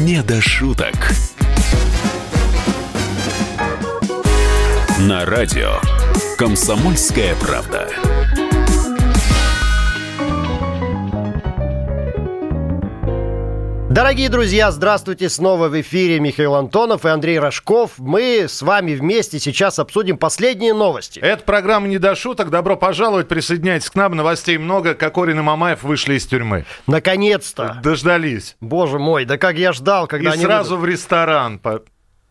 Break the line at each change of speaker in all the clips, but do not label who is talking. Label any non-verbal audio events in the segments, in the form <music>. «Не до шуток». На радио «Комсомольская правда».
Дорогие друзья, здравствуйте! Снова в эфире Михаил Антонов и Андрей Рожков. Мы с вами вместе сейчас обсудим последние новости.
Это программа «Не до шуток». Добро пожаловать, присоединяйтесь к нам. Новостей много. Кокорин и Мамаев вышли из тюрьмы.
Наконец-то!
Дождались.
Боже мой, да как я ждал, когда
И
они
сразу
выйдут.
в ресторан. по-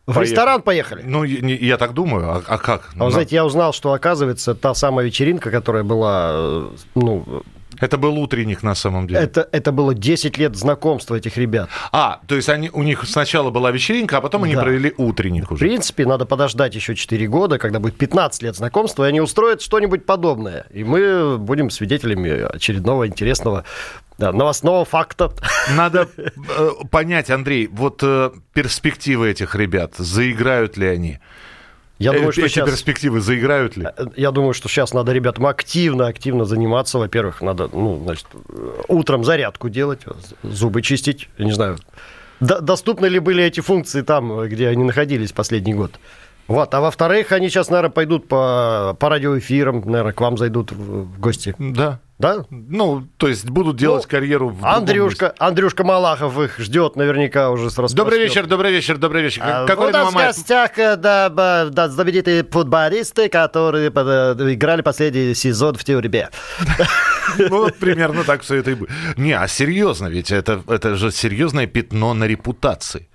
в ресторан поехали.
Ну, я, не- я так думаю. А, а как?
А вы знаете, я узнал, что оказывается та самая вечеринка, которая была, э, ну,
Это был утренник на самом деле.
это, это было 10 лет знакомства этих ребят.
А, то есть они, у них сначала была вечеринка, а потом они
Да.
провели утренник
В
уже.
принципе, надо подождать еще 4 года, когда будет 15 лет знакомства, и они устроят что-нибудь подобное. И мы будем свидетелями очередного интересного да, новостного факта.
Надо э, понять, Андрей, вот э, перспективы этих ребят, заиграют ли они?
Я
Э,
думаю, что Э-
Эти
сейчас...
перспективы заиграют ли?
Я думаю, что сейчас надо ребятам активно-активно заниматься. Во-первых, надо, ну, значит, э, утром зарядку делать, э, зубы чистить. Я не знаю, до- доступны ли были эти функции там, э, где они находились последний год. Вот. А во-вторых, они сейчас, наверное, пойдут по, по радиоэфирам, наверное, к вам зайдут в, в гости.
Да.
Да?
Ну, то есть будут делать
Ну,
карьеру в другом месте.
Андрюшка, Андрюшка Малахов их ждет наверняка уже с распростёр-
Добрый вечер, добрый вечер, добрый вечер.
А,
Э,
у
Какой
нас в
Мамаев?
гостях э, да, б- да, знаменитые футболисты, которые э, играли последний сезон в Тюрьме.
<laughs> Ну, вот примерно так все это и было. Не, а серьезно, ведь это, это же серьезное пятно на репутации.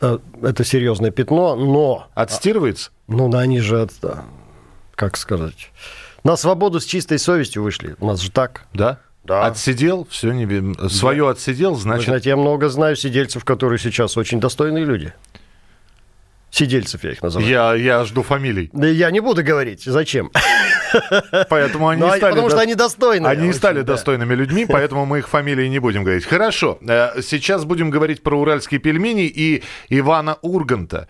Э, Это серьезное пятно, но...
Отстирывается?
Ну, да, они же, от- да, как сказать... На свободу с чистой совестью вышли. У нас же так.
Да?
Да.
Отсидел, все, не... бе- свое отсидел,
Вы
значит...
знаете, я много знаю сидельцев, которые сейчас очень достойные люди. Сидельцев я их называю.
Я, я
<laughs>
жду фамилий.
Да я не буду говорить, зачем.
Поэтому они
Ну, а-
стали...
потому что
до-
они достойные.
Они не
очень,
стали
да. <laughs>
достойными людьми, поэтому мы их фамилии не будем говорить. Хорошо, э, сейчас будем говорить про уральские пельмени и Ивана Урганта.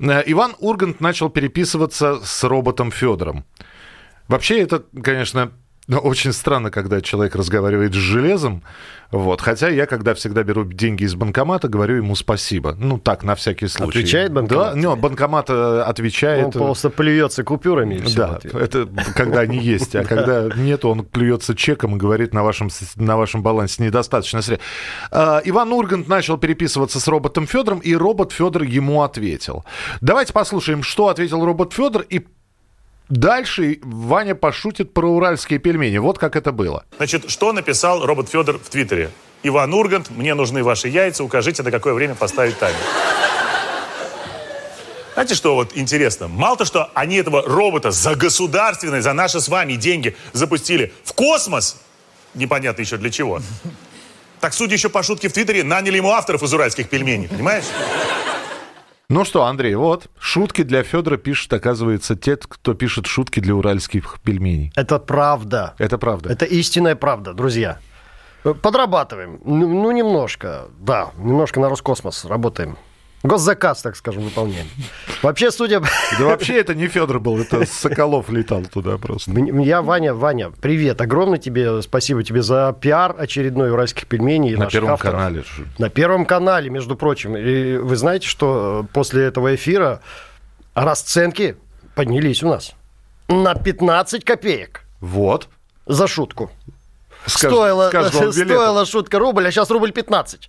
Э, Иван Ургант начал переписываться с роботом Федором. Вообще это, конечно, ну, очень странно, когда человек разговаривает с железом. Вот. Хотя я, когда всегда беру деньги из банкомата, говорю ему спасибо. Ну, так, на всякий случай.
Отвечает банкомат?
Да, не, банкомат э, отвечает.
Он просто плюется купюрами. и всё в
Да,
ответ.
это когда они есть, а
<laughs>
когда нет, он плюется чеком и говорит, на вашем, с- на вашем балансе недостаточно средств. А, Иван Ургант начал переписываться с роботом Федором, и робот Федор ему ответил. Давайте послушаем, что ответил робот Федор, и дальше Ваня пошутит про уральские пельмени. Вот как это было.
Значит, что написал робот Федор в Твиттере? Иван Ургант, мне нужны ваши яйца, укажите, на какое время поставить таймер. Знаете, что вот интересно? Мало то, что они этого робота за государственные, за наши с вами деньги запустили в космос, непонятно еще для чего. Так, судя еще по шутке в Твиттере, наняли ему авторов из уральских пельменей, понимаешь?
Ну что, Андрей, вот, шутки для Федора пишет, оказывается, те, кто пишет шутки для уральских пельменей.
Это правда.
Это правда.
Это истинная правда, друзья. Э, Подрабатываем. Ну, ну, немножко, да, немножко на Роскосмос работаем. Госзаказ, так скажем, выполняем. Вообще, судя... по-
Да вообще это не Федор был, это Соколов летал туда просто.
Мне- Я, Ваня, Ваня, привет. Огромное тебе спасибо тебе за пиар очередной уральских пельменей. и
На
наших
Первом
авторов.
канале. же.
На Первом канале, между прочим. И вы знаете, что э, после этого эфира расценки поднялись у нас на 15 копеек
Вот.
за шутку.
С кажд-
Стоила,
с <laughs> каждого билета.
стоила шутка рубль, а сейчас рубль 15.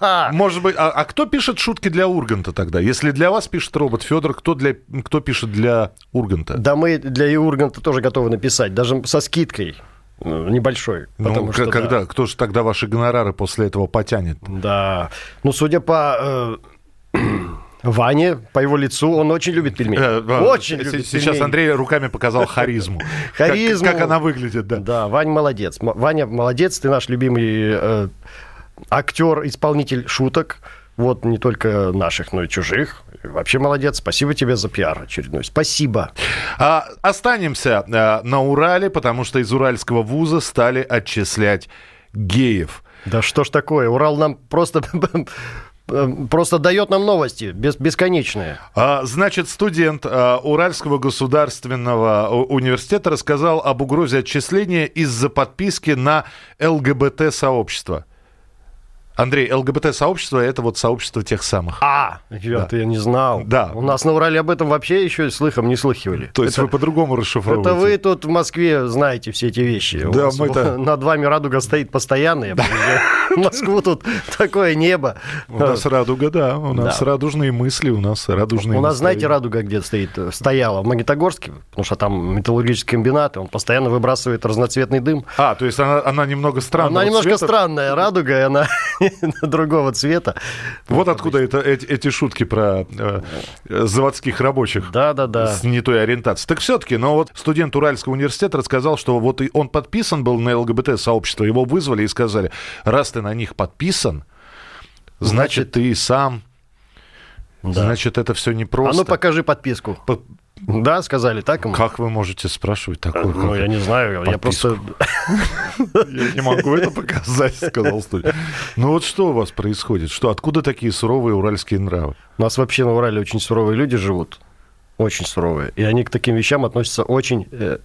Может быть, а, а кто пишет шутки для Урганта тогда? Если для вас пишет робот Федор, кто, для, кто пишет для Урганта?
<laughs> Да мы для и Урганта тоже готовы написать, даже со скидкой э, небольшой.
Ну,
потому
к-
что,
когда,
Да.
кто же тогда ваши гонорары после этого потянет?
Да. Ну, судя по э, <clears throat> Ване, по его лицу, он очень любит пельмени.
Э, э,
Очень
се-
любит
Сейчас
пельмени.
Андрей руками
<laughs>
показал харизму. Как-
Харизму.
Как, она выглядит, да.
Да, Вань молодец. М- Ваня молодец, ты наш любимый э, актер, исполнитель шуток. Вот не только наших, но и чужих. Вообще молодец. Спасибо тебе за пиар очередной. Спасибо.
А, останемся э, на Урале, потому что из Уральского вуза стали отчислять геев.
Да что ж такое? Урал нам просто <laughs> просто дает нам новости бес- бесконечные.
А, Значит, студент а, Уральского государственного у- университета рассказал об угрозе отчисления из-за подписки на ЛГБТ-сообщество. Андрей, ЛГБТ-сообщество – это вот сообщество тех самых.
А, ребята, я не знал.
Да.
У нас на Урале об этом вообще еще слыхом не слыхивали.
То есть вы по-другому расшифровываете.
Это вы тут в Москве знаете все эти вещи. У
Да,
вас <laughs>
мы-то-
Над вами радуга стоит постоянно. Я
<laughs>
понимаю. Москву тут такое небо.
У нас радуга, да. У нас радужные мысли, у нас радужные
У нас, знаете,
настроения.
радуга где стоит, э, стояла в Магнитогорске, потому что там металлургический комбинат, и он постоянно выбрасывает разноцветный дым.
А, то есть она, она немного странная.
Она немножко странная радуга, и она <laughs> другого цвета.
Вот откуда это, эти, эти шутки про э, э, заводских рабочих.
Да-да-да.
С не той ориентацией. Так все-таки, но вот студент Уральского университета рассказал, что вот и он подписан был на ЛГБТ-сообщество, его вызвали и сказали, раз ты на них подписан, значит, ты и сам, значит, это все
А ну
непросто.
покажи подписку.
По-
Да, сказали так ему?
Как вы можете спрашивать такое?
Ну, я не знаю, я
Подписку.
просто...
Я не могу это показать, сказал студент. Ну вот что у вас происходит? Что, откуда такие суровые уральские нравы?
У нас вообще на Урале очень суровые люди живут. Очень суровые. И они к таким вещам относятся очень э,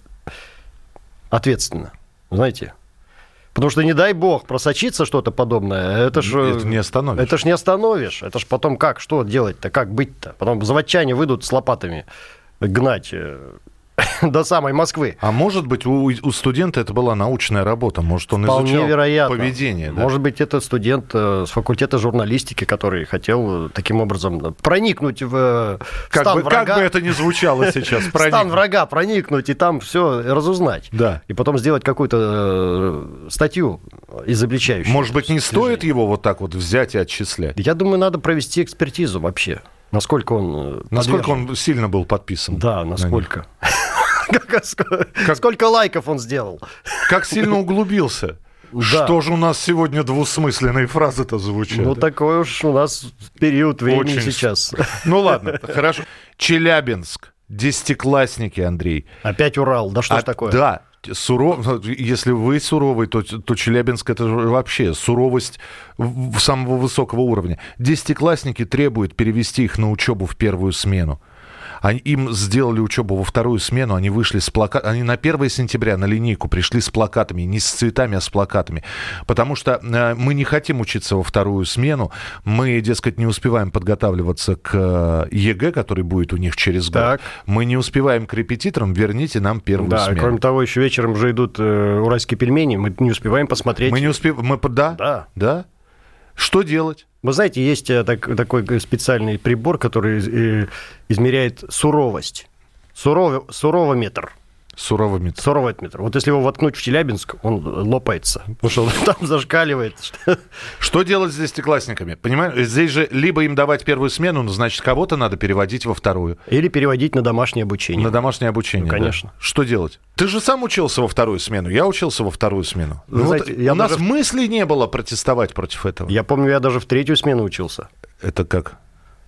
ответственно. Знаете? Потому что, не дай бог, просочится что-то подобное. Это ж... э,
Это не остановишь.
Это ж не остановишь. Это ж потом как, что делать-то, как быть-то? Потом заводчане выйдут с лопатами гнать э, <laughs> до самой Москвы.
А может быть, у, у студента это была научная работа, может, он
Вполне
Ну, изучал
вероятно.
поведение. да?
Может быть, это студент э, с факультета журналистики, который хотел э, таким образом э, проникнуть в, э, в
как,
стан
бы,
врага.
как бы это ни звучало сейчас,
в стан
проникнуть.
врага проникнуть и там все разузнать.
Да.
И потом сделать какую-то э, статью изобличающую.
Может быть, не стоит его вот так вот взять и отчислять?
Я думаю, надо провести экспертизу вообще. Насколько он... э,
Насколько
подвержен.
он сильно был подписан?
Да,
на них? <laughs>
насколько. Как- ск- Сколько лайков он сделал?
Как сильно углубился?
Да.
Что же у нас сегодня двусмысленные фразы-то звучат?
Ну, такой уж у нас период времени
Очень.
сейчас.
Ну ладно, хорошо. Челябинск, десятиклассники, Андрей.
Опять Урал, да Ну, что
А,
ж такое?
Да, суров... если вы суровый, то, то Челябинск это же вообще суровость в- в самого высокого уровня. Десятиклассники требуют перевести их на учебу в первую смену. Они, им сделали учебу во вторую смену, они вышли с плакатами, они на 1 сентября на линейку пришли с плакатами, не с цветами, а с плакатами, потому что э, мы не хотим учиться во вторую смену, мы, дескать, не успеваем подготавливаться к э, ЕГЭ, который будет у них через год,
Так.
мы не успеваем к репетиторам, верните нам первую
Да, и
смену.
кроме того, еще вечером же идут э, уральские пельмени, мы не успеваем посмотреть.
Мы не успеваем. Мы... по- Да?
Да.
Да? Что делать?
Вы знаете, есть э, так- такой э, специальный прибор, который из- э, измеряет суровость. Сурово, суровометр.
Суровыми.
Суровометр. Вот если его воткнуть в Челябинск, он э, лопается. Потому что он <laughs> там зашкаливает. <laughs> что-
Что делать с десятиклассниками? Понимаешь, здесь же либо им давать первую смену, ну, значит, кого-то надо переводить во вторую.
Или переводить на домашнее обучение.
На домашнее обучение.
Ну,
да.
конечно.
Что делать? Ты же сам учился во вторую смену. Я учился во вторую смену.
Вы
Ну, вот
знаете, я
у нас
даже-
мысли не было протестовать против этого.
Я помню, я даже в третью смену учился.
Это как?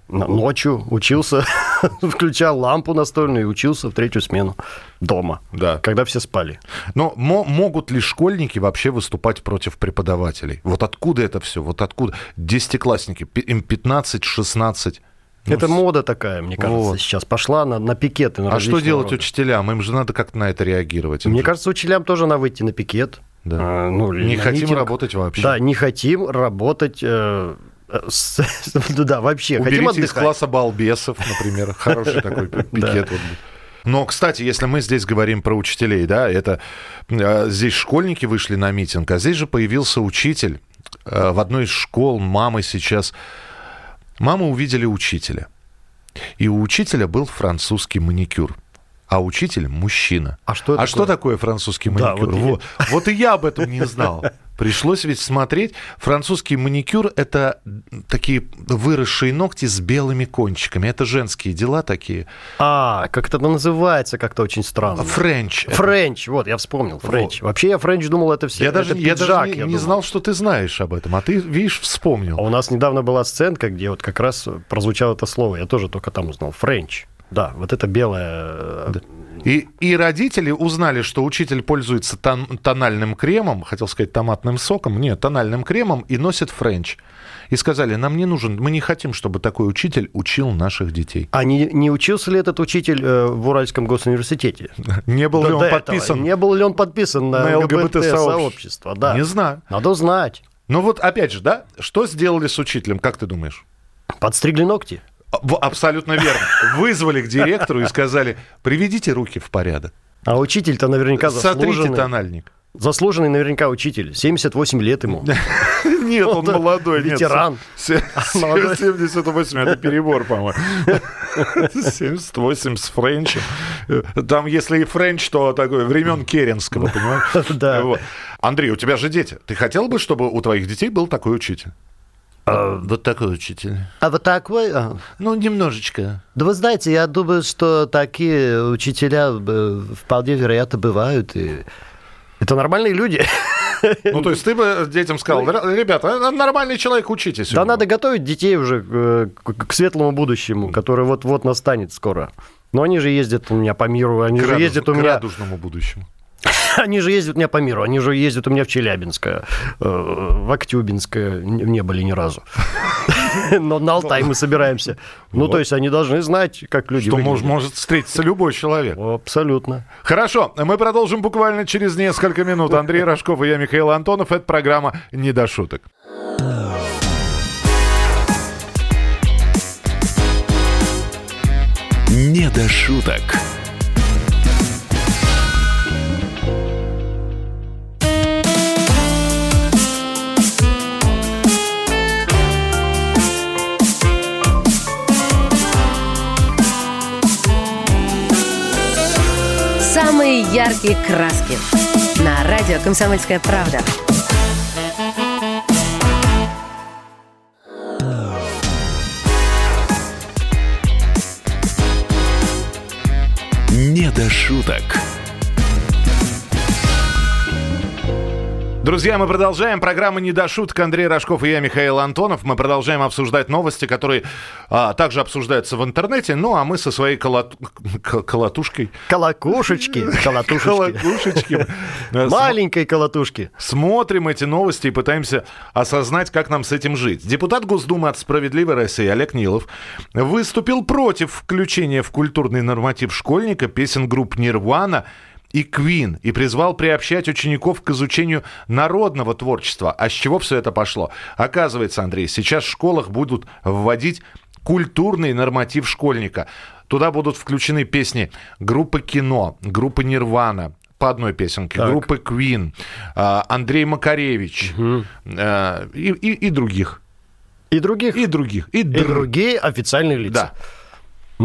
На- Ночью учился, <laughs> включал лампу настольную и учился в третью смену дома.
Да.
Когда все спали.
Но мо- могут ли школьники вообще выступать против преподавателей? Вот откуда это все? Вот откуда? Десятиклассники, пи- им 15-16. Ну,
Это мода такая, мне кажется,
вот.
сейчас пошла на, на пикеты. На
А что
различного
делать
рода.
учителям? Им же надо как-то на это реагировать. Им
Мне
же-
кажется, учителям тоже надо выйти на пикет.
Да.
А, ну, или
Не
на
хотим работать вообще.
Да, не хотим работать... э, э, с- <laughs> ну да, вообще, хотим
Уберите из
отдыхать.
класса балбесов,
<laughs>
например. Хороший такой пи- пикет. вот будет. Но, кстати, если мы здесь говорим про учителей, да, это э, здесь школьники вышли на митинг, а здесь же появился учитель э, в одной из школ. Мамы сейчас мамы увидели учителя, и у учителя был французский маникюр. А учитель мужчина.
А что это
а что
такое?
такое французский
Да,
маникюр?
вот и-
вот, вот и я об этом не знал. Пришлось ведь смотреть. Французский маникюр – это такие выросшие ногти с белыми кончиками. Это женские дела такие.
А, как это называется как-то очень странно.
Френч.
Френч, вот, я вспомнил, френч. Вообще я френч думал, это все.
Я даже,
это
я даже
пиджак,
не,
я
не
думал.
знал, что ты знаешь об этом. А ты, видишь,
А
вспомнил.
у нас недавно была сценка, где вот как раз прозвучало это слово. Я тоже только там узнал. Френч. Да, вот это белое... э,
И, и родители узнали, что учитель пользуется тон- тональным кремом, хотел сказать томатным соком, нет, тональным кремом и носит френч. И сказали, нам не нужен, мы не хотим, чтобы такой учитель учил наших детей.
А не, не учился ли этот учитель э, в Уральском госуниверситете?
Не был
До-
ли он
до этого.
подписан?
Не был ли он подписан на,
На
ЛГБТ-сообщество?
ЛГБТ-сообщество,
да.
Не знаю.
Надо узнать.
Ну вот опять же, да, что сделали с учителем, как ты думаешь? А,
Подстригли ногти.
В- Абсолютно <laughs> верно. Вызвали к директору и сказали, приведите руки в порядок.
А учитель-то наверняка
Сотрите
заслуженный.
тональник.
Заслуженный наверняка учитель. 78 лет ему.
<laughs> Нет, он
да,
молодой. нет,
ветеран.
<laughs> се- се-
молодой.
78, это перебор, <laughs> по-моему. 78 с френчем. Там, если и френч, то такой времен Керенского, понимаешь?
<laughs> Да.
Э, Вот. Андрей, у тебя же дети. Ты хотел бы, чтобы у твоих детей был такой учитель? А, Вот такой учитель.
А вот такой... а,
Ну, немножечко.
Да вы знаете, я думаю, что такие учителя э, вполне вероятно бывают. И... Это нормальные люди.
Ну, то есть ты бы детям сказал, «Ра- ребята, а, нормальный человек, учитесь. у
Да
него».
надо готовить детей уже э, к к светлому будущему, которое вот-вот настанет скоро. Но они же ездят у меня по миру, они
К
же
радуж-
ездят у
к
меня...
радужному будущему.
<laughs> Они же ездят у меня по миру, они же ездят у меня в Челябинское, э, в Актюбинское, не не были ни разу. <laughs> Но на Алтай мы собираемся. Ну, то есть они должны знать, как люди
Что мож-
выглядят.
может встретиться любой человек.
Абсолютно.
Хорошо, мы продолжим буквально через несколько минут. Андрей Рожков и я, Михаил Антонов. Это программа «Не до шуток».
Не до шуток.
8. Самые яркие краски на радио «Комсомольская правда».
Не до шуток.
Друзья, мы продолжаем. Программа «Не до шуток». Андрей Рожков и я, Михаил Антонов. Мы продолжаем обсуждать новости, которые а, также обсуждаются в интернете. Ну, а мы со своей колоту- к- колотушкой...
Колокушечки,
<laughs>
колотушечки.
Колотушечки. э, с-
Маленькой колотушки.
Смотрим эти новости и пытаемся осознать, как нам с этим жить. Депутат Госдумы от «Справедливой России» Олег Нилов выступил против включения в культурный норматив школьника песен групп «Нирвана» и «Квин» и призвал приобщать учеников к изучению народного творчества. А с чего все это пошло? Оказывается, Андрей, сейчас в школах будут вводить культурный норматив школьника. Туда будут включены песни группы «Кино», группы «Нирвана», по одной песенке, группы Queen, а, Андрей Макаревич а, и, и, и других,
И других.
и других, и,
И
др-
другие официальные лица.
Да.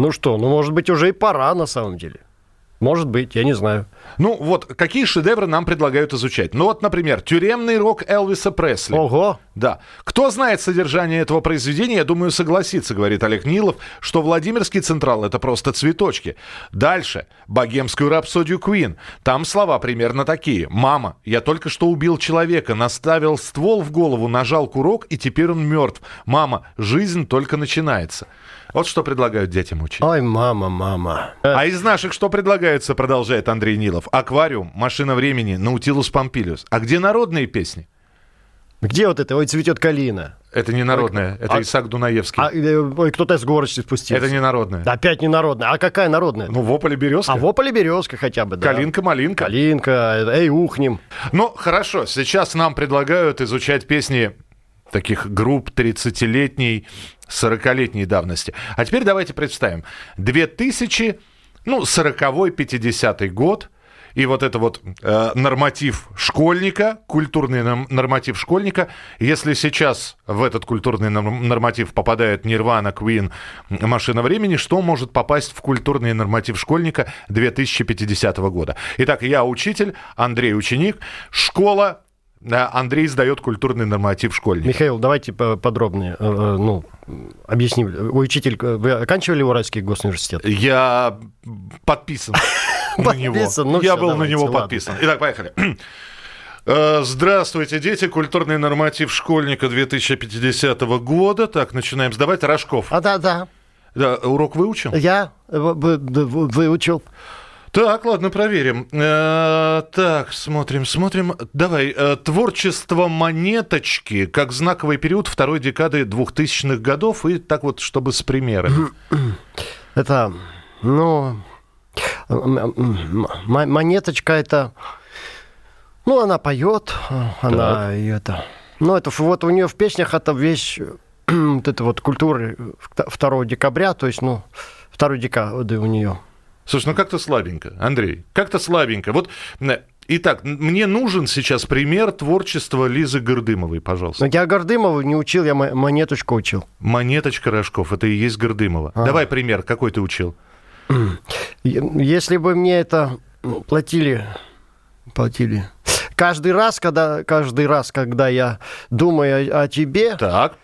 Ну что, ну может быть уже и пора на самом деле. Может быть, я не знаю.
Ну вот, какие шедевры нам предлагают изучать? Ну вот, например, тюремный рок Элвиса Пресли.
Ого!
Да. Кто знает содержание этого произведения, я думаю, согласится, говорит Олег Нилов, что Владимирский Централ — это просто цветочки. Дальше. Богемскую рапсодию Куин. Там слова примерно такие. «Мама, я только что убил человека, наставил ствол в голову, нажал курок, и теперь он мертв. Мама, жизнь только начинается». Вот что предлагают детям учить.
Ой, мама, мама.
А из наших что предлагается, продолжает Андрей Нилов? Аквариум, машина времени, Наутилус Помпилиус. А где народные песни?
Где вот это? Ой, цветет калина.
Это не народная, это
а-
Исаак Дунаевский.
А, э, ой, кто-то с горочки спустился.
Это не народное.
Опять не народная. А какая народная?
Ну, вопль и березка.
а вополе березка хотя бы, да.
Калинка, малинка.
Калинка, э, эй, ухнем.
Ну, хорошо, сейчас нам предлагают изучать песни таких групп 30-летней, 40-летней давности. А теперь давайте представим. 2000, ну, 40-й, 50-й год. И вот это вот э, норматив школьника, культурный нам- норматив школьника. Если сейчас в этот культурный норм- норматив попадает Нирвана, Квин, Машина времени, что может попасть в культурный норматив школьника 2050 года? Итак, я учитель, Андрей ученик, школа, э, Андрей сдает культурный норматив школьника.
Михаил, давайте по- подробнее, э, э, ну, м, объясним. Вы учитель, э, вы оканчивали Уральский госуниверситет?
Я подписан
<laughs>
на него.
Подписан, ну
Я
всё,
был на
давайте,
него
ладно.
подписан. Итак, поехали. <clears throat> Э, Здравствуйте, дети. Культурный норматив школьника 2050 года. Так, начинаем сдавать. Рожков.
А, да, да.
Да, урок выучим?
Я э, в- в- в- выучил.
Так, ладно, проверим. Э, Так, смотрим, смотрим. Давай, э, творчество монеточки как знаковый период второй декады 2000-х годов. И так вот, чтобы с примерами.
Это, ну, м- м- м- монеточка это, ну, она поет, она и это. Ну, это ф- вот у нее в песнях это вещь <clears throat> вот эта вот культуры вт- 2 декабря, то есть, ну, 2 декады у нее.
Слушай, ну как-то слабенько, Андрей, как-то слабенько. Вот, э, итак, н- мне нужен сейчас пример творчества Лизы Гордымовой,
Но
пожалуйста.
я Гордымову не учил, я м- монеточку учил.
Монеточка Рожков, это и есть Гордымова. Давай пример, какой ты учил?
Е- Если бы мне это ну, платили, платили. Каждый раз, когда, каждый раз, когда я думаю о, о тебе,
Так,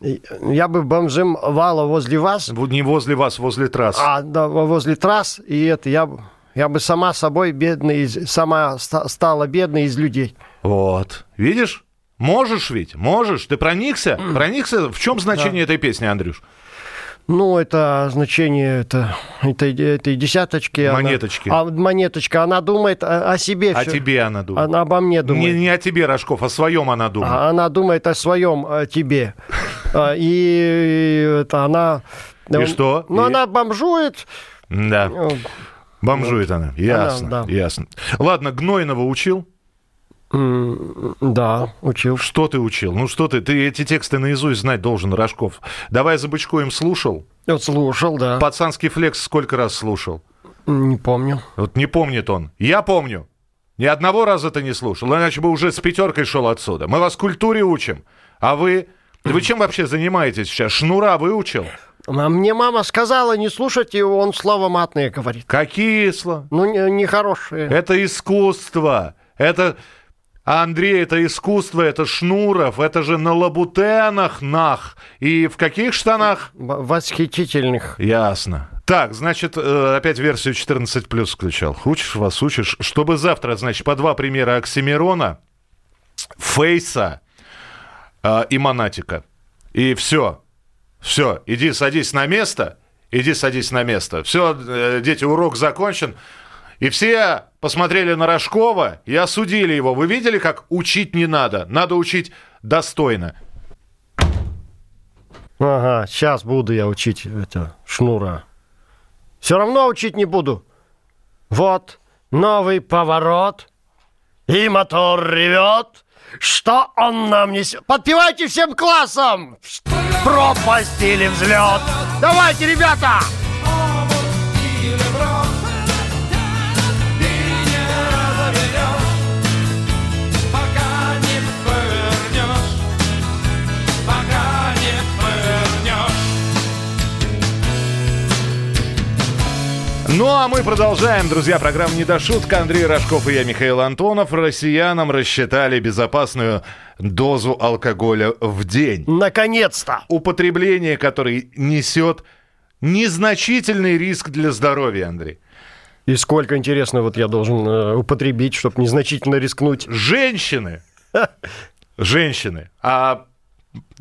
и- я бы бомжем вала возле вас,
в- не возле вас, возле трасс.
а да, во- возле трасс, и это я, б- я бы сама собой бедной, из- сама ста- стала бедной из людей.
Вот, видишь? Можешь ведь, можешь. Ты проникся? Проникся? В чем значение этой песни, Андрюш?
Ну, это значение это, это, этой десяточки. она-
Монеточки.
а, монеточка, она думает о, о себе.
О
всё.
тебе она думает.
Она обо мне думает.
Не, не о тебе, Рожков, о своем она думает.
А Она думает о своем о
<laughs>
тебе. А, И это она...
И что?
Ну,
И-
она бомжует.
Да. Бомжует она. Ясно,
да.
ясно. Ладно, Гнойного учил?
М, Да, учил.
Что ты учил? Ну что ты? Ты эти тексты наизусть знать должен, Рожков. Давай за бычкоем слушал.
Вот Слушал, да.
Пацанский флекс сколько раз слушал?
Не помню.
Вот не помнит он. Я помню. Ни одного раза ты не слушал, иначе бы уже с пятеркой шел отсюда. Мы вас культуре учим. А вы... Вы чем вообще занимаетесь сейчас? Шнура выучил?
А Мне мама сказала не слушать его, он слова матные говорит.
Какие слова?
Ну, не- нехорошие.
Это искусство. Это... А, Андрей, это искусство, это Шнуров, это же на лабутенах, нах. И в каких штанах?
Б- Восхитительных.
Ясно. Так, значит, э, опять версию 14 плюс включал. Учишь вас, учишь. Чтобы завтра, значит, по два примера Оксимирона, Фейса э, и Монатика. И все. Все, иди садись на место. Иди садись на место. Все, дети, урок закончен. И все посмотрели на Рожкова и осудили его. Вы видели, как учить не надо? Надо учить достойно.
Ага, сейчас буду я учить это, шнура. Все равно учить не буду. Вот новый поворот, и мотор ревет. Что он нам несет? Подпевайте всем классом! Пропасть или взлет! Давайте, ребята!
Ну а мы продолжаем, друзья, программа «Не до шутка». Андрей Рожков и я, Михаил Антонов. Россиянам рассчитали безопасную дозу алкоголя в день.
Наконец-то!
Употребление, которое несет незначительный риск для здоровья, Андрей.
И сколько, интересно, вот я должен э, употребить, чтобы незначительно рискнуть. <laughs>
Женщины, женщины, а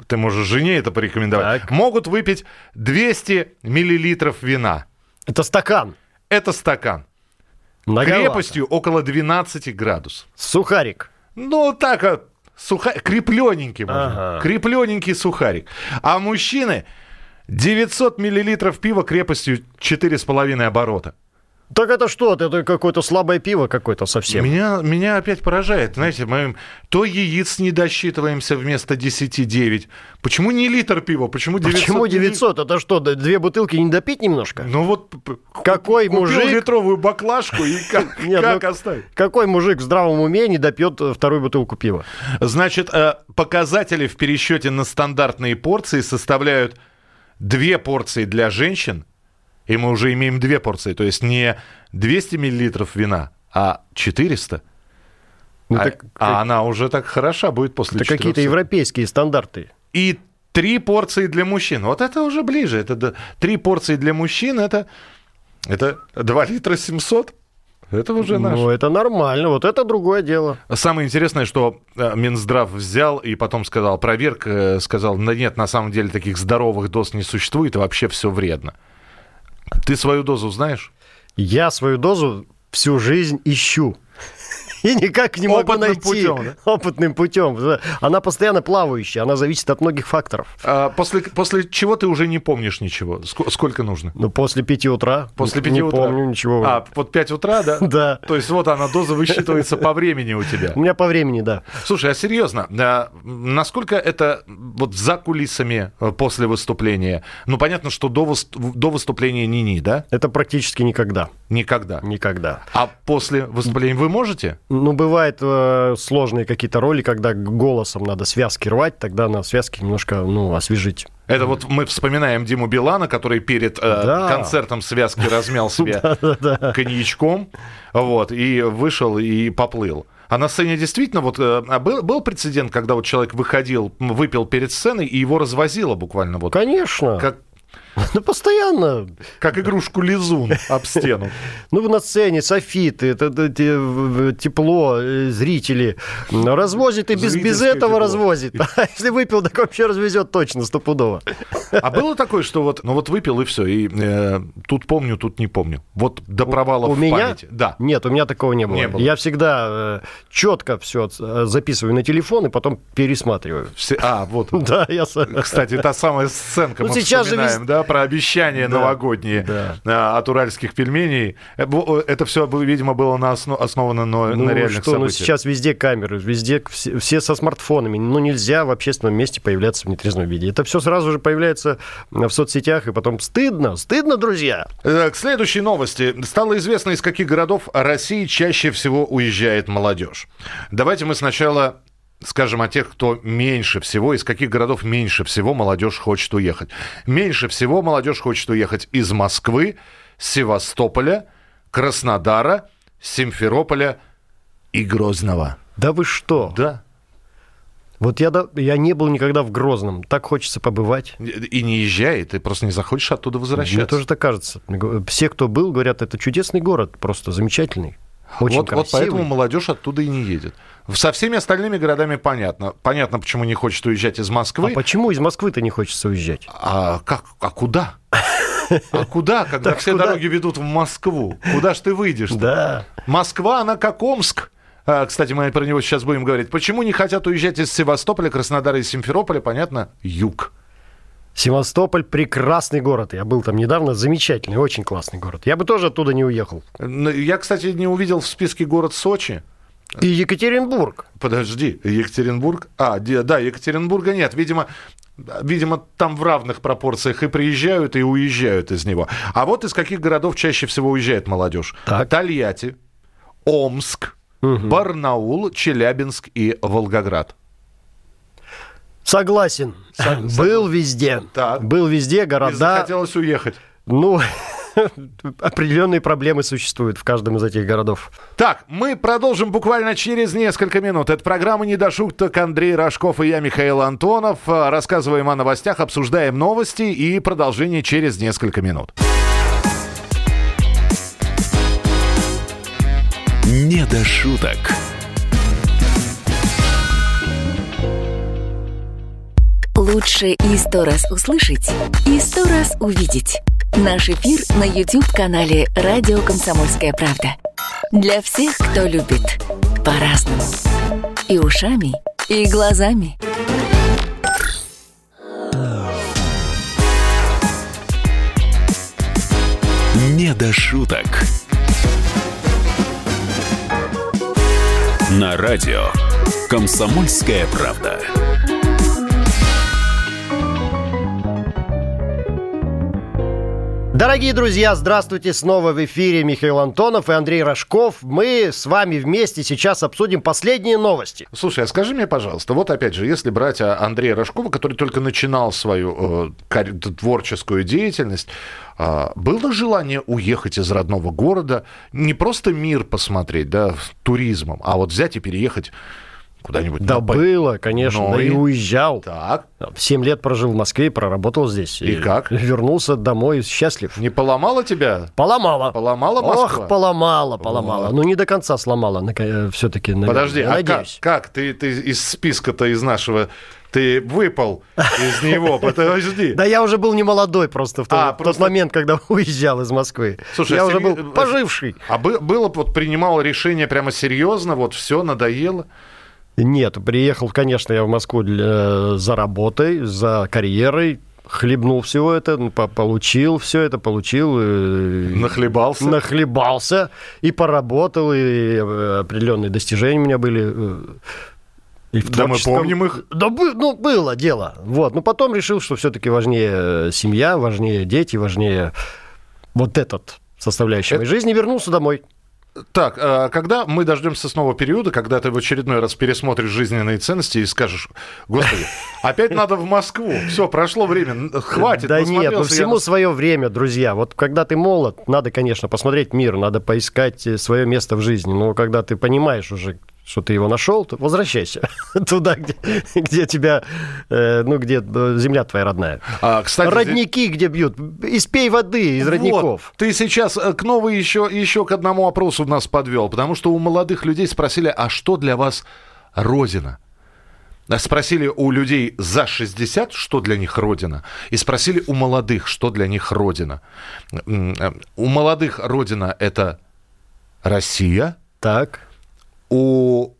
ты можешь жене это порекомендовать,
Так.
могут выпить 200 миллилитров вина.
Это стакан.
Это стакан.
Многовато.
Крепостью около 12 градусов.
Сухарик.
Ну, так, а, суха... креплененький, можно.
Ага.
креплененький сухарик. А мужчины 900 миллилитров пива крепостью 4,5 оборота.
Так это что? Это какое-то слабое пиво какое-то совсем.
Меня, меня опять поражает, знаете, моим, то яиц не досчитываемся вместо 10-9. Почему не литр пива? Почему 900?
Почему
милли-
900? Это что, д- две бутылки не допить немножко?
Ну вот п- п-
Какой
купил
мужик...
литровую баклажку и как,
<laughs> Нет,
как
ну,
оставить?
Какой мужик в здравом уме не допьет э, вторую бутылку пива?
Значит, э, показатели в пересчете на стандартные порции составляют две порции для женщин, и мы уже имеем две порции, то есть не 200 миллилитров вина, а 400.
Ну,
а,
так
а она уже так хороша будет после
это
400.
какие-то европейские стандарты.
И три порции для мужчин. Вот это уже ближе. Это до- три порции для мужчин, это, это 2 литра 700. Это уже наш.
Ну, это нормально, вот это другое дело.
Самое интересное, что э, Минздрав взял и потом сказал, проверка, э, сказал, да нет, на самом деле таких здоровых доз не существует, и вообще все вредно. Ты свою дозу знаешь?
Я свою дозу всю жизнь ищу. <laughs> и никак не могу
Опытным
найти.
путем,
Опытным путем. Она постоянно плавающая, она зависит от многих факторов.
А после, после чего ты уже не помнишь ничего? Ск- сколько нужно?
Ну, после пяти утра.
После
не-
5
не
утра?
помню ничего.
А, вот 5 утра, да?
<laughs> Да.
То есть вот она, доза высчитывается по времени у тебя.
У меня по времени, да.
Слушай, а серьезно, а, м, насколько это вот за кулисами э, после выступления? Ну, понятно, что до, выс- до выступления Нини, да?
Это практически никогда.
Никогда.
Никогда.
А после выступления вы можете?
Ну, бывают э, сложные какие-то роли, когда голосом надо связки рвать, тогда на связки немножко, ну, освежить.
Это вот мы вспоминаем Диму Билана, который перед э,
Да.
концертом связки
<laughs>
размял себе коньячком, вот, и вышел и поплыл. А на сцене действительно вот э, а был, был прецедент, когда вот человек выходил, м, выпил перед сценой и его развозило буквально вот
Конечно.
как,
<laughs> Ну, постоянно.
как игрушку лизун об стену.
Ну, на сцене софиты, это- это те- в- в- тепло, э, зрители. Ну, Развозит и без, без
Зрительское
этого
тепло.
развозит. <laughs> А если выпил, так вообще развезет точно, стопудово.
А было такое, что вот, ну вот выпил и все, и э, тут помню, тут не помню. Вот до провала
у
в
меня?
памяти. Да.
Нет, у меня такого не было.
Не было.
Я всегда э, четко все записываю на телефон и потом пересматриваю. <laughs>
Все- а, вот.
Да, я с- э,
<laughs> Кстати, та самая сценка,
Ну,
мы
сейчас же
вспоминаем,
вез-
да, про обещания новогодние а, от уральских пельменей. Э, бо- Это все, видимо, было на осно- основано на,
Ну,
на реальных
что, ну
событиях.
сейчас везде камеры, везде к- все, все со смартфонами. Ну, нельзя в общественном месте появляться в нетрезвом виде. Это все сразу же появляется в соцсетях, и потом стыдно, стыдно, друзья.
Э, К следующей новости. Стало известно, из каких городов России чаще всего уезжает молодежь. Давайте мы сначала скажем о тех, кто меньше всего, из каких городов меньше всего молодежь хочет уехать. Меньше всего молодежь хочет уехать из Москвы, Севастополя, Краснодара, Симферополя и Грозного.
Да вы что?
Да.
Вот я, да- я не был никогда в Грозном. Так хочется побывать.
И не езжает, ты просто не захочешь оттуда возвращаться.
Мне тоже так кажется. Все, кто был, говорят, это чудесный город, просто замечательный. Очень
вот, вот
красивый.
поэтому молодежь оттуда и не едет. Со всеми остальными городами понятно. Понятно, почему не хочет уезжать из
А
Москвы.
почему из Москвы-то не хочется уезжать?
А, как? А куда?
<laughs>
А куда, когда
Так
все
куда?
дороги ведут в Москву? Куда ж ты выйдешь?
Да.
Москва, она как Омск. А, Кстати, мы про него сейчас будем говорить. Почему не хотят уезжать из Севастополя, Краснодара и Симферополя? Понятно, юг.
Севастополь прекрасный город. Я был там недавно. Замечательный, очень классный город. Я бы тоже оттуда не уехал.
Но Я, кстати, не увидел в списке город Сочи.
И Екатеринбург.
Подожди, Екатеринбург? А, де- да, Екатеринбурга нет. Видимо, видимо, там в равных пропорциях и приезжают, и уезжают из него. А вот из каких городов чаще всего уезжает молодежь?
Так.
Тольятти, Омск, Барнаул, Челябинск и Волгоград.
Согласен. Был везде.
Так.
Был везде,
И
города.
захотелось уехать.
Ну, <laughs> определенные проблемы существуют в каждом из этих городов.
Так, мы продолжим буквально через несколько минут. Это программа «Не до шуток». Андрей Рожков и я, Михаил Антонов. А, Рассказываем о новостях, обсуждаем новости и продолжение через несколько минут.
Не до шуток.
101,5. Лучше и сто раз услышать, и сто раз увидеть. Наш эфир на YouTube-канале «Радио Комсомольская правда». Для всех, кто любит по-разному. И ушами, и глазами.
Не до шуток. На радио Комсомольская правда.
Дорогие друзья, здравствуйте! Снова в эфире Михаил Антонов и Андрей Рожков. Мы с вами вместе сейчас обсудим последние новости.
Слушай, а скажи мне, пожалуйста, вот опять же, если брать а, Андрея Рожкова, который только начинал свою э, карь- т- творческую деятельность, а, было желание уехать из родного города, не просто мир посмотреть, да, в- туризмом, а вот взять и переехать Куда-нибудь.
Да
на Бали.
было, конечно,
Ну
да и,
и?
уезжал.
Так.
Семь лет прожил в Москве, проработал здесь.
И
<laughs>
как?
Вернулся домой счастлив.
Не поломало тебя?
Поломала.
Поломала Москва?
Ох, поломала, поломала.
Вот.
Ну, не до конца сломала, все-таки,
Подожди, а как,
надеюсь.
как? Ты, ты из списка-то из нашего, ты выпал из
<laughs>
него, подожди.
Да я уже был не молодой просто в тот,
А,
в тот
просто-
момент, когда <laughs> уезжал из Москвы.
Слушай,
я
а
уже
серьё-
был поживший.
А бы- было б вот принимало решение прямо серьезно, вот все надоело.
Нет, приехал, конечно, я в Москву для- э, за работой, за карьерой, хлебнул всего это, ну, по- получил все это, получил. э,
Нахлебался.
Нахлебался и поработал, и э, определенные достижения у меня были. э, и в
Да мы
творческом-
помним их.
Да, бы- ну, было дело. Вот. Но потом решил, что все-таки важнее э, семья, важнее дети, важнее вот этот составляющий моей жизни. Вернулся домой.
Так, а когда мы дождемся снова периода, когда ты в очередной раз пересмотришь жизненные ценности и скажешь,
<laughs>
господи, опять надо в Москву, все, прошло время, н- хватит,
Да нет,
насмотрелся
ну
я
всему
на-
свое время, друзья. Вот когда ты молод, надо, конечно, посмотреть мир, надо поискать э, свое место в жизни. Но когда ты понимаешь уже, что ты его нашел, то возвращайся <laughs> туда, где, где тебя, э, ну, где э, земля твоя родная.
А, кстати,
Родники, где бьют. Испей воды из
Вот,
родников.
ты сейчас э, к новой еще, еще к одному опросу нас подвел, потому что у молодых людей спросили, а что для вас Родина? А Спросили у людей за 60, что для них Родина, и спросили у молодых, что для них Родина. М, э, У молодых Родина это Россия,
Так.
у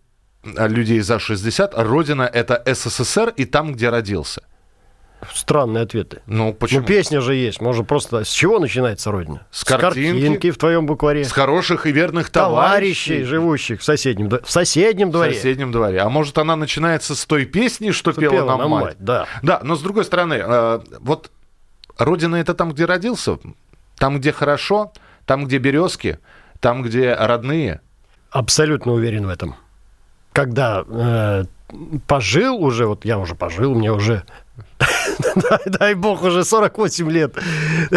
э, людей за 60 Родина это СССР и там, где родился.
Странные ответы.
Ну, почему?
Ну, песня же есть. Можно просто... С чего начинается родина?
С картинки.
в твоем букваре.
С хороших и верных
товарищей,
товарищей.
живущих в соседнем, дво- в соседнем
В
дворе.
соседнем дворе. А может, она начинается с той песни, что,
Что
пела, нам мать.
да.
Да, но с другой стороны, э, вот родина это там, где родился, там, где хорошо, там, где березки, там, где родные.
Абсолютно уверен в этом. Когда э, пожил уже, вот я уже пожил, мне уже, <laughs> дай- дай бог, уже 48 лет. <laughs>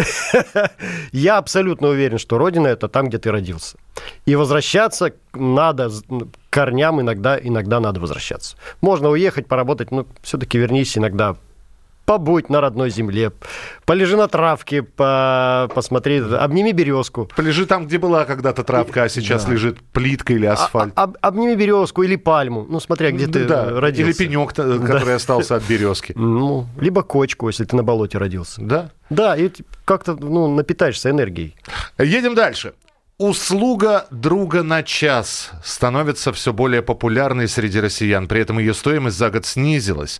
Я абсолютно уверен, что родина – это там, где ты родился. И возвращаться надо с- к корням иногда, иногда надо возвращаться. Можно уехать, поработать, но все-таки вернись иногда побудь на родной земле, полежи на травке, по- посмотри, обними березку.
Полежи там, где была когда-то травка, а сейчас лежит плитка или асфальт.
Об- обними березку или пальму, ну, смотря А, где ты
Да,
э, родился.
Или пенек, э, который остался от
<laughs>
березки.
Ну, либо кочку, если ты на болоте родился.
Да.
Да, и т- как-то ну, напитаешься энергией.
Едем дальше. Услуга друга на час становится все более популярной среди россиян. При этом ее стоимость за год снизилась.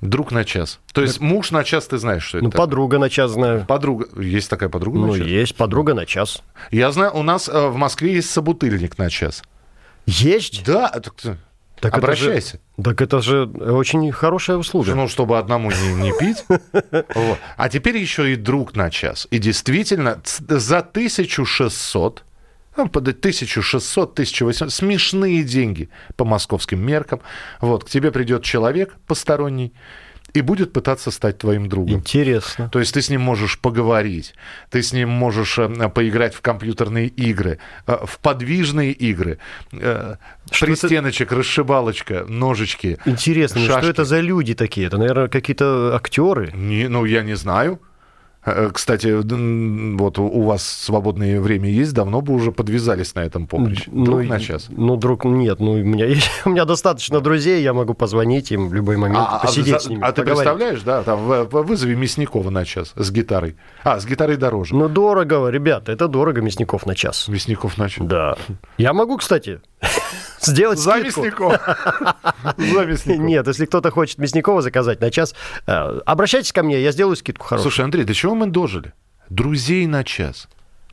Друг на час. То есть муж на час, ты знаешь, что это?
Ну,
такое.
подруга на час знаю.
Подруга. Есть такая подруга
Ну,
на час?
есть подруга на час.
Я знаю, у нас э, в Москве есть собутыльник на час.
Есть?
Да, так, ты-
Так это же-
обращайся.
так это же очень хорошая услуга.
Ну, чтобы одному не,
<laughs>
не пить. Вот. А теперь еще и друг на час. И действительно, ц- за 1600, ну, под 1600, 1800, смешные деньги по московским меркам. Вот, к тебе придет человек посторонний и будет пытаться стать твоим другом.
Интересно.
То есть ты с ним можешь поговорить, ты с ним можешь э, поиграть в компьютерные игры, э, в подвижные игры, э,
Что
пристеночек, расшибалочка, ножички.
Интересно, ну,
шашки.
что это за люди такие? Это, наверное, какие-то актеры.
Не, ну, я не знаю. Э, Кстати, м, вот у- у вас свободное время есть, давно бы уже подвязались на этом поприще. Друг на час.
Ну, друг, нет, ну, у меня, <laughs> у меня достаточно друзей, я могу позвонить им в любой момент,
А, а-
посидеть
а-
с ними,
а ты
поговорить.
представляешь, да, там в- в- вызови Мясникова на час с гитарой. А, с гитарой дороже.
Ну, дорого, ребята, это дорого мясников на час.
Мясников на час.
Да. Я могу, кстати, <laughs> сделать
За
скидку.
Мясникова. За Мясникова.
<laughs> Нет, если кто-то хочет Мясникова заказать на час, э, обращайтесь ко мне, я сделаю скидку хорошую.
Слушай, Андрей, до чего мы дожили? Друзей на час.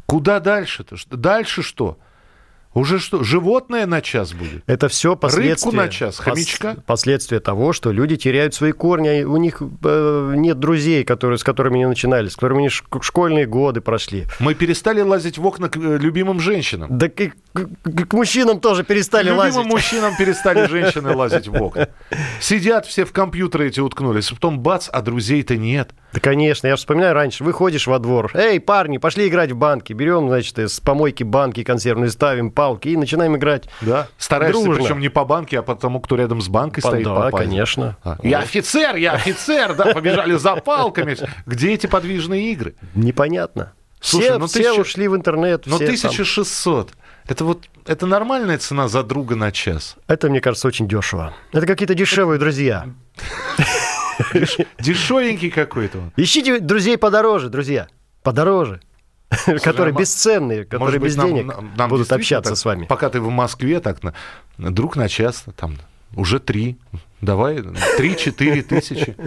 Куда дальше-то? Ш- Дальше что? Уже что? Животное на час будет?
Это все последствия.
на час,
пос-
хомячка?
последствия того, что люди теряют свои корни, а у них э, нет друзей, которые, с которыми они начинали, с которыми они шк- школьные годы прошли.
Мы перестали лазить в окна к э, любимым женщинам.
Да к, к- к мужчинам тоже перестали
Любимым
лазить.
мужчинам перестали
<laughs>
женщины лазить в окна. Сидят все в компьютеры эти уткнулись. Потом бац, а друзей-то нет.
Да, конечно, я же вспоминаю раньше, выходишь во двор, эй, парни, пошли играть в банки, берем, значит, из помойки банки консервные, ставим, считалки и начинаем играть.
Да? Стараешься,
Дружно.
причем не по банке, а по тому, кто рядом с банкой
По-
стоит.
да,
попасть.
конечно.
А, Я офицер, я офицер, да, побежали за палками. Где эти подвижные игры?
Непонятно.
Слушай,
все
ну
все
тысяча-
ушли в интернет.
Но
все там.
1600. Это вот это нормальная цена за друга на час.
Это, мне кажется, очень дешево. Это какие-то дешевые друзья.
Дешевенький какой-то он.
Ищите друзей подороже, друзья. Подороже. Которые
а ма-
бесценные, которые
Может быть,
без
нам-
денег
нам- нам
будут
действительно
общаться
так,
с вами.
Пока ты в Москве, так на, на друг на час, там уже три. Давай, три-четыре тысячи.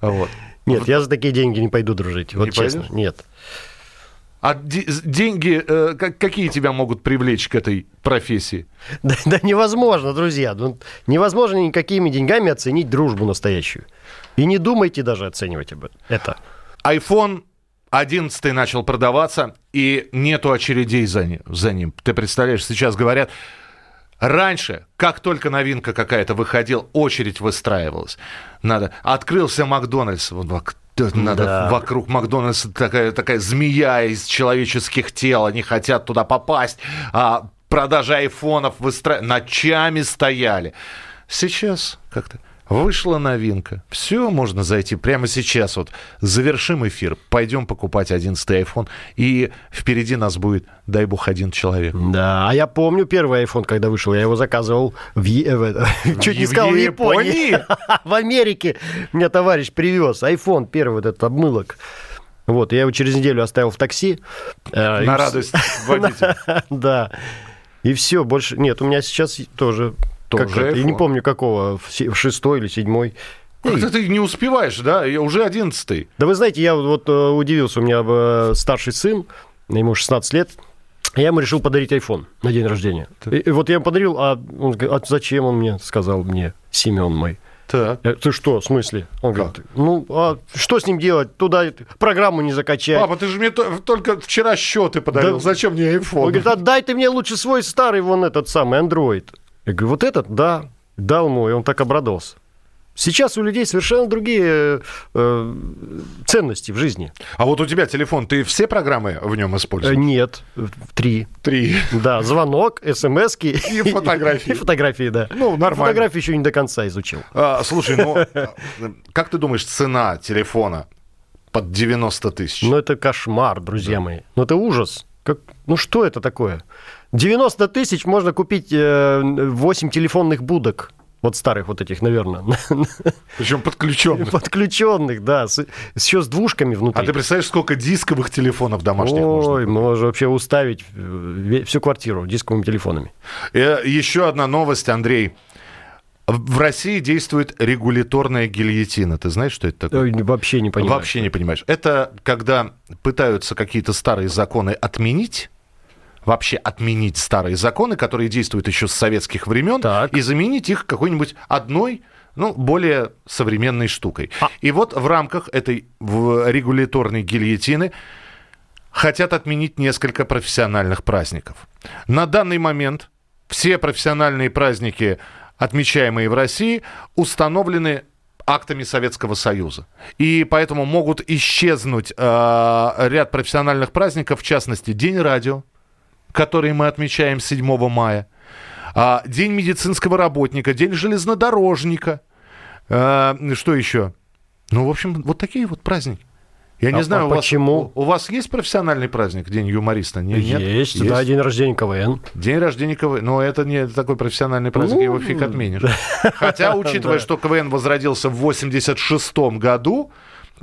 Вот.
Нет, я за такие деньги не пойду дружить. Вот честно.
пойдешь?
Нет.
А де- деньги, э, как- какие тебя могут привлечь к этой профессии?
<laughs> Да, да невозможно, друзья. Ну, невозможно никакими деньгами оценить дружбу настоящую. И не думайте даже оценивать об этом. Это.
iPhone 11 начал продаваться, и нету очередей за ним. За ним. Ты представляешь, сейчас говорят, раньше, как только новинка какая-то выходила, очередь выстраивалась. Надо. Открылся Макдональдс. Вот вок- т- Надо
Да.
вокруг Макдональдса такая, такая змея из человеческих тел. Они хотят туда попасть. А продажи айфонов выстра... ночами стояли. Сейчас как-то вышла новинка. Все, можно зайти прямо сейчас. Вот завершим эфир. Пойдем покупать 11 айфон. И впереди нас будет, дай бог, один человек.
Да, а я помню первый iPhone, когда вышел, я его заказывал в, Е- э, в это- <laughs> чуть не
в
сказал в
Японии?
Японии, <laughs> в Америке. Мне товарищ привез iPhone первый вот этот обмылок. Вот, я его через неделю оставил в такси. Э, и
На
вс-
радость водителя.
<laughs> Да. И все, больше... Нет, у меня сейчас тоже...
Тоже
как это, Я не
iPhone.
помню, какого, в се- в шестой или седьмой.
Как-то ты не успеваешь, да? Я уже одиннадцатый.
Да вы знаете, я вот э, удивился, у меня э, старший сын, ему 16 лет, я ему решил подарить iPhone на день рождения. И, и вот я ему подарил, а он говорит, а зачем он мне, сказал мне Семен мой.
Так.
Я, ты что, в смысле? Он говорит, ну, а что с ним делать? Туда и- программу не закачать.
Папа, ты же мне то- только вчера счеты подарил.
Да.
Зачем мне
он
iPhone?
говорит, отдай ты мне лучше свой старый вон этот самый, Android. Я говорю, вот этот, да, дал мой, он так обрадовался. Сейчас у людей совершенно другие э, э, ценности в жизни.
А вот у тебя телефон, ты все программы в нем
Э,
используешь?
Нет, э, три.
Три.
Да, звонок, смс и
И фотографии.
<laughs> И фотографии, да.
Ну, нормально.
Фотографии еще не до конца изучил.
А, Слушай, ну, э, как ты думаешь, цена телефона под 90 тысяч?
Ну, это кошмар, друзья мои. Ну, это ужас. Как... Ну, что это такое? 90 тысяч можно купить 8 телефонных будок. Вот старых вот этих, наверное.
Причем
<laughs>
подключенных.
Подключенных, да. С, еще с двушками внутри.
А ты представляешь, сколько дисковых телефонов домашних нужно?
Ой, можно вообще уставить э, ве- всю квартиру дисковыми телефонами.
Э, Еще одна новость, Андрей. В в России действует регуляторная гильотина. Ты знаешь, что это такое?
Ой, Э, Вообще не понимаю.
Вообще не понимаешь. Это когда пытаются какие-то старые законы отменить, вообще отменить старые законы, которые действуют еще с советских времен,
Так.
и заменить их какой-нибудь одной, ну, более современной штукой.
А
И вот в рамках этой в- регуляторной гильотины хотят отменить несколько профессиональных праздников. На данный момент все профессиональные праздники, отмечаемые в России, установлены актами Советского Союза. И поэтому могут исчезнуть э, ряд профессиональных праздников, в частности, День радио, который мы отмечаем 7 мая, а, День медицинского работника, День железнодорожника. э, Что еще? Ну, в общем, вот такие вот праздники. Я не
А-
знаю,
а
у вас-
почему?
у, у вас есть профессиональный праздник, День юмориста? Не- нет?
Есть, да, день рождения КВН.
День рождения КВН. Но это не такой профессиональный праздник, его
Ну,
фиг отменишь.
<laughs>
Хотя, учитывая, что КВН возродился в 86-м году,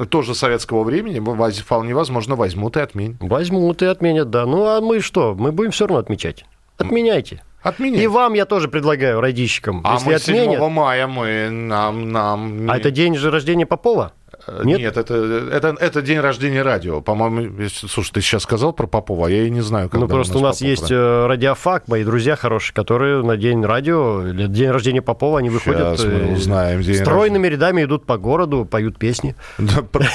тоже советского времени, воз- вполне возможно, возьмут и отменят.
Возьмут и отменят, да. Ну а мы что? Мы будем все равно отмечать. Отменяйте.
Отменят.
И вам я тоже предлагаю, родищикам,
А
если
мы 7
отменят.
мая мы нам... нам
А это день же рождения Попова?
Э,
нет?
Нет, это, это, это день рождения радио. По-моему, если- слушай, ты сейчас сказал про Попова, а я и не знаю, когда
ну, просто у нас
Попов,
есть
да.
э, радиофак, мои друзья хорошие, которые на день радио, или день рождения Попова, они выходят...
Щас мы
э,
узнаем день
Стройными рядами идут по городу, поют песни.
Да, про-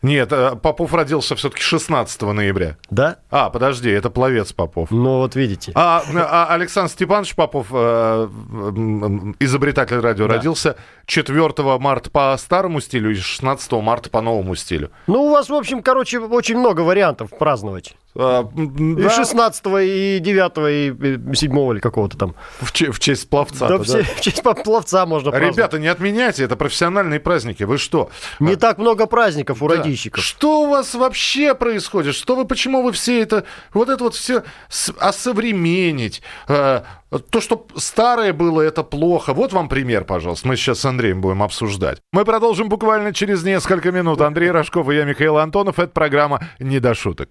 Нет, э, Попов родился все-таки 16 ноября.
Да?
А, подожди, это пловец Попов.
Ну, вот видите.
А, а Александр Степанович Попов, э, м, изобретатель радио, родился 4 марта по старому стилю и 16 марта по новому стилю.
Ну, у вас, в общем, короче, очень много вариантов праздновать.
А, м,
И
да,
16 и 9 и 7 или какого-то там.
в, че- в честь пловца.
Да, все- в честь пловца можно праздновать.
Ребята, не отменяйте, это профессиональные праздники. Вы что?
не так много праздников у радищиков.
Что у вас вообще происходит? Что вы, почему вы все это, вот это вот все с- осовременить? Э, то, что старое было, это плохо. Вот вам пример, пожалуйста. Мы сейчас с Андреем будем обсуждать. Мы продолжим буквально через несколько минут. Андрей Рожков и я, Михаил Антонов. Это программа «Не до шуток».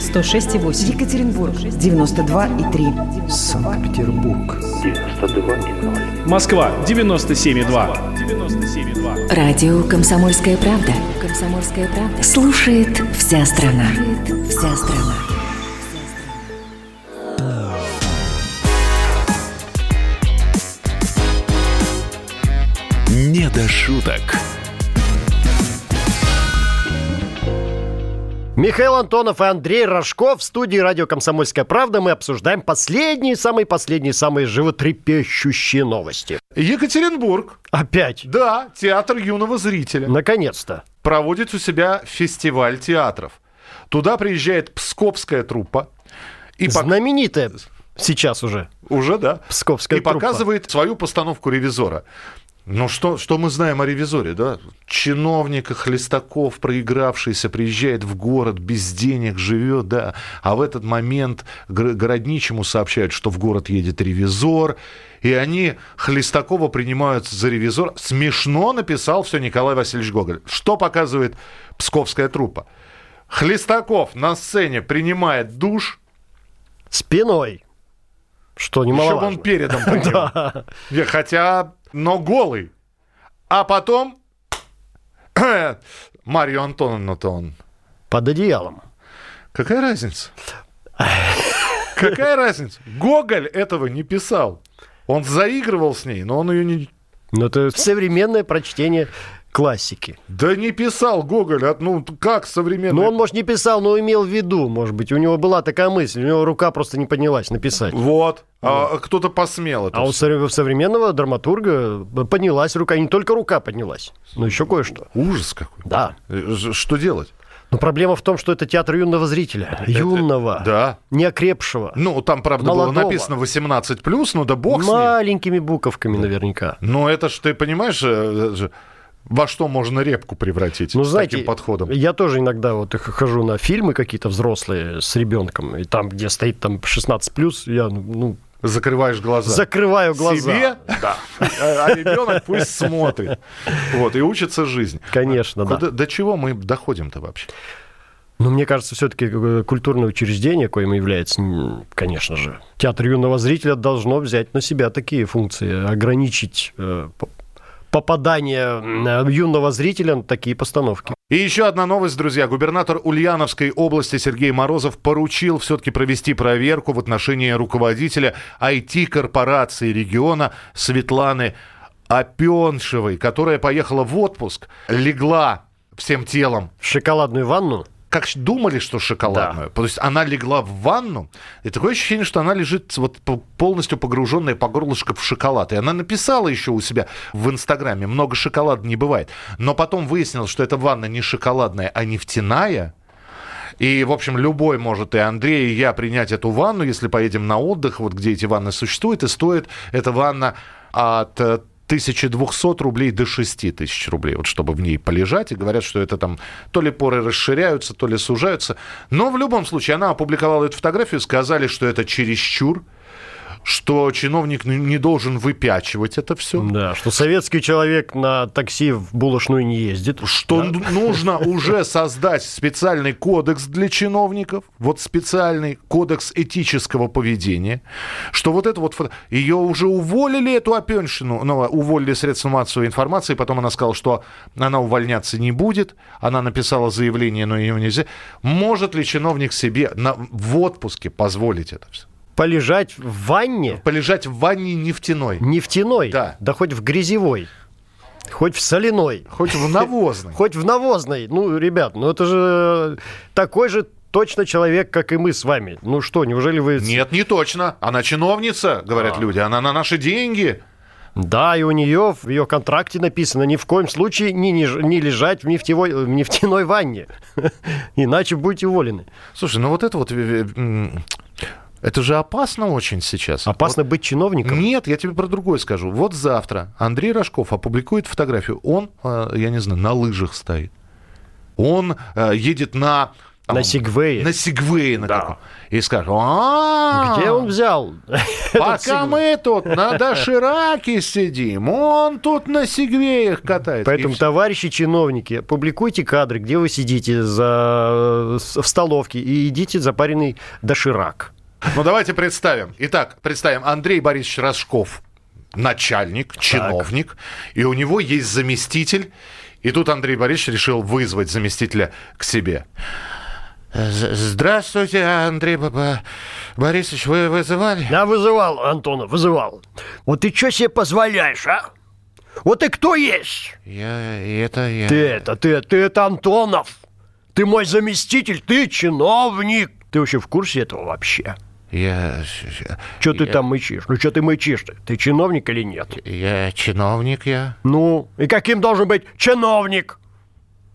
106,8. Екатеринбург 92,3.
Санкт-Петербург
92,0.
Москва 97,2.
Радио «Комсомольская правда». «Комсомольская правда». Слушает вся страна. Слушает вся страна.
«Не до шуток».
Михаил Антонов и Андрей Рожков в студии радио «Комсомольская правда». Мы обсуждаем последние, самые последние, самые животрепещущие новости.
Екатеринбург,
Опять.
да, театр юного зрителя,
Наконец-то.
проводит у себя фестиваль театров. Туда приезжает псковская труппа. И пок-
Знаменитая сейчас уже.
Уже, да.
Псковская
И
труппа.
показывает свою постановку «Ревизора». Ну что, что мы знаем о «Ревизоре», да? Чиновник Хлестаков, проигравшийся, приезжает в город, без денег живет, да. А в этот момент гр- городничему сообщают, что в город едет «Ревизор». И они Хлестакова принимают за «Ревизор». Смешно написал все Николай Васильевич Гоголь. Что показывает псковская труппа? Хлестаков на сцене принимает душ,
Спиной. Что
чтобы он
немаловажно. <laughs>
передом принимал. Я- Хотя, но голый. А потом... <clears throat> Марию Антоновну-то он.
Под одеялом.
Какая разница? <laughs> Какая разница? Гоголь этого не писал. Он заигрывал с ней, но он ее не...
Ну, это современное прочтение классики.
Да не писал Гоголь. а, Ну, как
Ну,
современный...
он, может, не писал, но имел в виду, может быть. У него была такая мысль, у него рука просто не поднялась написать.
Вот. А кто-то посмел это.
А у
всё.
совре- современного драматурга поднялась рука, и не только рука поднялась, но еще кое-что.
Ужас какой.
Да.
Э, ж- Что делать?
Но проблема в том, что это театр юного зрителя. Юного.
да.
Неокрепшего.
Ну, там, правда, было
Молодого.
написано 18+, ну да бог с ним.
маленькими буковками наверняка.
Ну, это ж ты понимаешь, э, ж- во что можно репку превратить
Ну,
с
знаете,
таким подходом?
я тоже иногда вот х- хожу на фильмы какие-то взрослые с ребенком, и там, где стоит там 16+, я, ну,
Закрываешь глаза.
закрываю глаза.
Себе, да. А а ребенок пусть смотрит. Вот, и учится жизнь.
Конечно, да.
Куда- До чего мы доходим-то вообще?
Но мне кажется, все-таки культурное учреждение, коим является, м, конечно же, театр юного зрителя должно взять на себя такие функции, ограничить э, п- попадание м, э, юного зрителя на такие постановки.
И еще одна новость, друзья. Губернатор Ульяновской области Сергей Морозов поручил все-таки провести проверку в отношении руководителя IT-корпорации региона Светланы Опеншевой, которая поехала в отпуск, легла всем телом
Шоколадную ванну?
как щ- думали, что шоколадную. То есть она легла в ванну, и такое ощущение, что она лежит вот п- полностью погруженная по горлышко в шоколад. И она написала еще у себя в Инстаграме, много шоколада не бывает. Но потом выяснилось, что эта ванна не шоколадная, а нефтяная. И, в общем, любой может, и Андрей, и я принять эту ванну, если поедем на отдых, вот где эти ванны существуют, и стоит эта ванна от э, 1200 рублей до 6000 рублей, вот чтобы в ней полежать, и говорят, что это там то ли поры расширяются, то ли сужаются. Но в любом случае, она опубликовала эту фотографию, сказали, что это чересчур, что чиновник н- не должен выпячивать это все.
Да, что советский человек на такси в булочную не ездит.
Что н- нужно уже создать специальный кодекс для чиновников, вот специальный кодекс этического поведения, что вот это вот... фото- Ее уже уволили, эту Опеншину, ну, уволили средства массовой информации, потом она сказала, что она увольняться не будет, она написала заявление, но ее нельзя. Может ли чиновник себе на, в отпуске позволить это все?
Полежать в ванне
Полежать в ванне нефтяной,
нефтяной,
Да.
да хоть в грязевой, хоть в соляной,
хоть в
<laughs>
навозной.
хоть в навозной. Ну, ребят, ну это же такой же точно человек, как и мы с вами. Ну что, неужели вы...
Нет, не точно. Она чиновница, говорят люди. Она на наши деньги.
Да, и у нее в ее контракте написано ни в коем случае не, неж- не лежать в, нефтевой, в нефтяной ванне, <laughs> иначе будете уволены.
Слушай, ну вот это вот... э, э, м, Это же опасно очень сейчас.
Опасно быть чиновником.
Нет, я тебе про другое скажу. Вот завтра Андрей Рожков опубликует фотографию. Он, э, я не знаю, на лыжах стоит. Он э, едет на... там,
На Сигвее.
На Сигвее на каком. И скажет, а
Где он взял? этот
Пока
сигнал?
мы тут на Дошираке сидим, он тут на Сигвеях катается. И
Поэтому,
всё.
товарищи чиновники, публикуйте кадры, где вы сидите за... с- в столовке и идите запаренный доширак.
Ну давайте представим. Итак, представим Андрей Борисович Рожков, начальник, чиновник, и у него есть заместитель. И тут Андрей Борисович решил вызвать заместителя к себе. З- Здравствуйте, Андрей Б- Б- Борисович, вы вызывали?
Я А, вызывал, Антона, вызывал. Вот ты что себе позволяешь, а? Вот ты кто есть?
Я это я.
Ты это, ты, ты это Антонов. Ты мой заместитель, ты чиновник. Ты вообще в курсе этого вообще?
Я, щ-
Что ты там мычишь? Ну что ты мычишь-то? Ты чиновник или нет?
я чиновник, я.
Ну, и каким должен быть чиновник?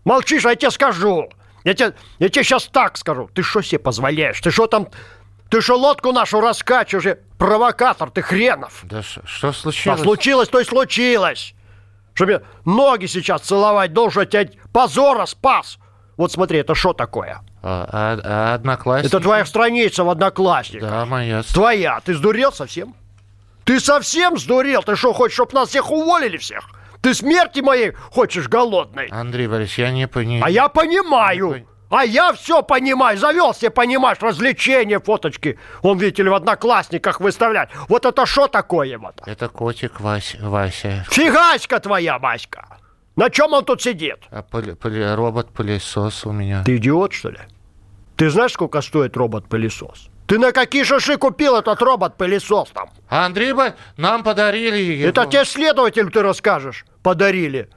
Молчишь, а я тебе скажу. Я тебе, я тебе сейчас так скажу. Ты что себе позволяешь? Ты что там... Ты что лодку нашу раскачиваешь? Я- Провокатор ты хренов.
Да ш- что
А
случилось?
случилось, то и случилось. Что мне ноги сейчас целовать должен, я тебя позора спас. Вот смотри, это что такое?
А- а- а одноклассник?
Это твоя страница в одноклассниках.
Да, моя.
Твоя. Ты сдурел совсем? Ты совсем сдурел? Ты что, хочешь, чтобы нас всех уволили всех? Ты смерти моей хочешь голодной?
Андрей Борисович, я не понимаю.
А я понимаю. А я все понимаю. Завел себе, понимаешь, развлечения, фоточки. Он, видите ли, в одноклассниках выставляет. Вот это что такое вот?
Это котик Вась- Вася.
Фигаська твоя, Васька. На чем он тут сидит?
А поли- поли- робот-пылесос у меня.
Ты идиот, что ли? Ты знаешь, сколько стоит робот-пылесос? Ты на какие шиши купил этот робот-пылесос там?
А Андрей, Бо- нам подарили его.
Это тебе следователю ты расскажешь. Подарили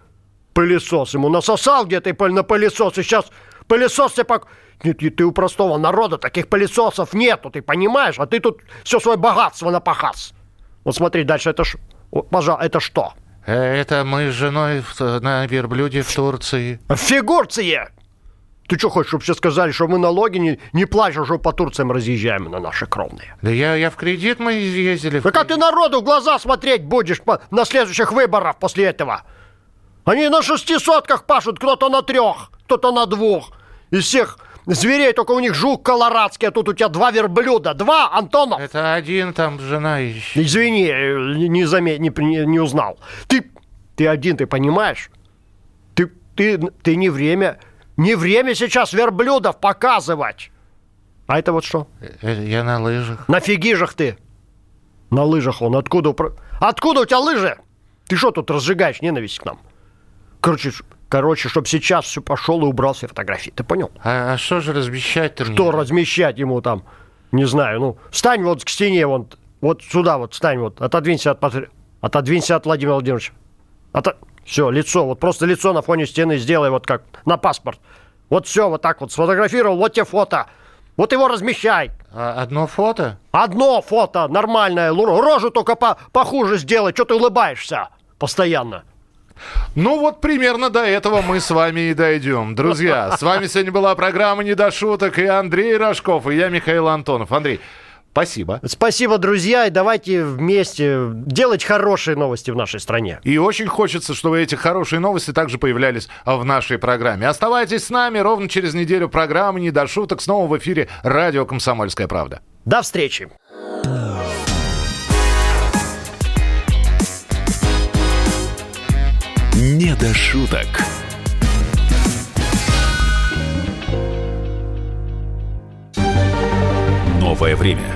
пылесос ему. Насосал где-то и пыль- на пылесос. И сейчас пылесос тебе пок... Нет, и ты у простого народа таких пылесосов нету, ты понимаешь? А ты тут все свое богатство напахас. Вот смотри, дальше это ж... вот, Пожалуйста, это что?
Э, Это мы с женой в- на верблюде в Турции.
Фигурция! Ты что хочешь, чтобы все сказали, что мы налоги не, не плачем, что по Турциям разъезжаем на наши кровные?
Да я, я в кредит мы ездили. в
Да как ты народу в глаза смотреть будешь по- на следующих выборах после этого? Они на шести сотках пашут, кто-то на трех, кто-то на двух. Из всех зверей только у них жук колорадский, а тут у тебя два верблюда. Два, Антонов?
кредит. Это один там жена еще.
Извини, э, не, заме- не, при- не узнал. Ты, ты один, ты понимаешь? Ты, ты, ты не время, не время сейчас верблюдов показывать. А это вот что?
Э, Я на лыжах.
На фигижах ты. На лыжах он. Откуда, упро- Откуда у тебя лыжи? Ты что тут разжигаешь ненависть к нам? Короче, ш- короче, чтобы сейчас все пошел и убрал все фотографии. Ты понял?
А, а что же размещать-то
Кто
мне?
размещать ему там? Не знаю. Ну, встань вот к стене, вон, вот сюда вот встань, вот, отодвинься от, патр- отодвинься от Владимира Владимировича. Все, лицо, вот просто лицо на фоне стены сделай вот как на паспорт. Вот все, вот так вот сфотографировал, вот тебе фото. Вот его размещай.
А, одно фото?
Одно фото нормальное, лу- рожу только по похуже сделать, что ты улыбаешься постоянно.
Ну вот примерно до этого мы с вами и дойдем. Друзья, с вами сегодня была программа «Не до шуток» и Андрей Рожков, и я Михаил Антонов. Андрей, спасибо.
Спасибо, друзья, и давайте вместе делать хорошие новости в нашей стране.
И очень хочется, чтобы эти хорошие новости также появлялись а, в нашей программе. Оставайтесь с нами. Ровно через неделю программа «Не до шуток» снова в эфире радио «Комсомольская правда».
До встречи!
Не до шуток.
Новое время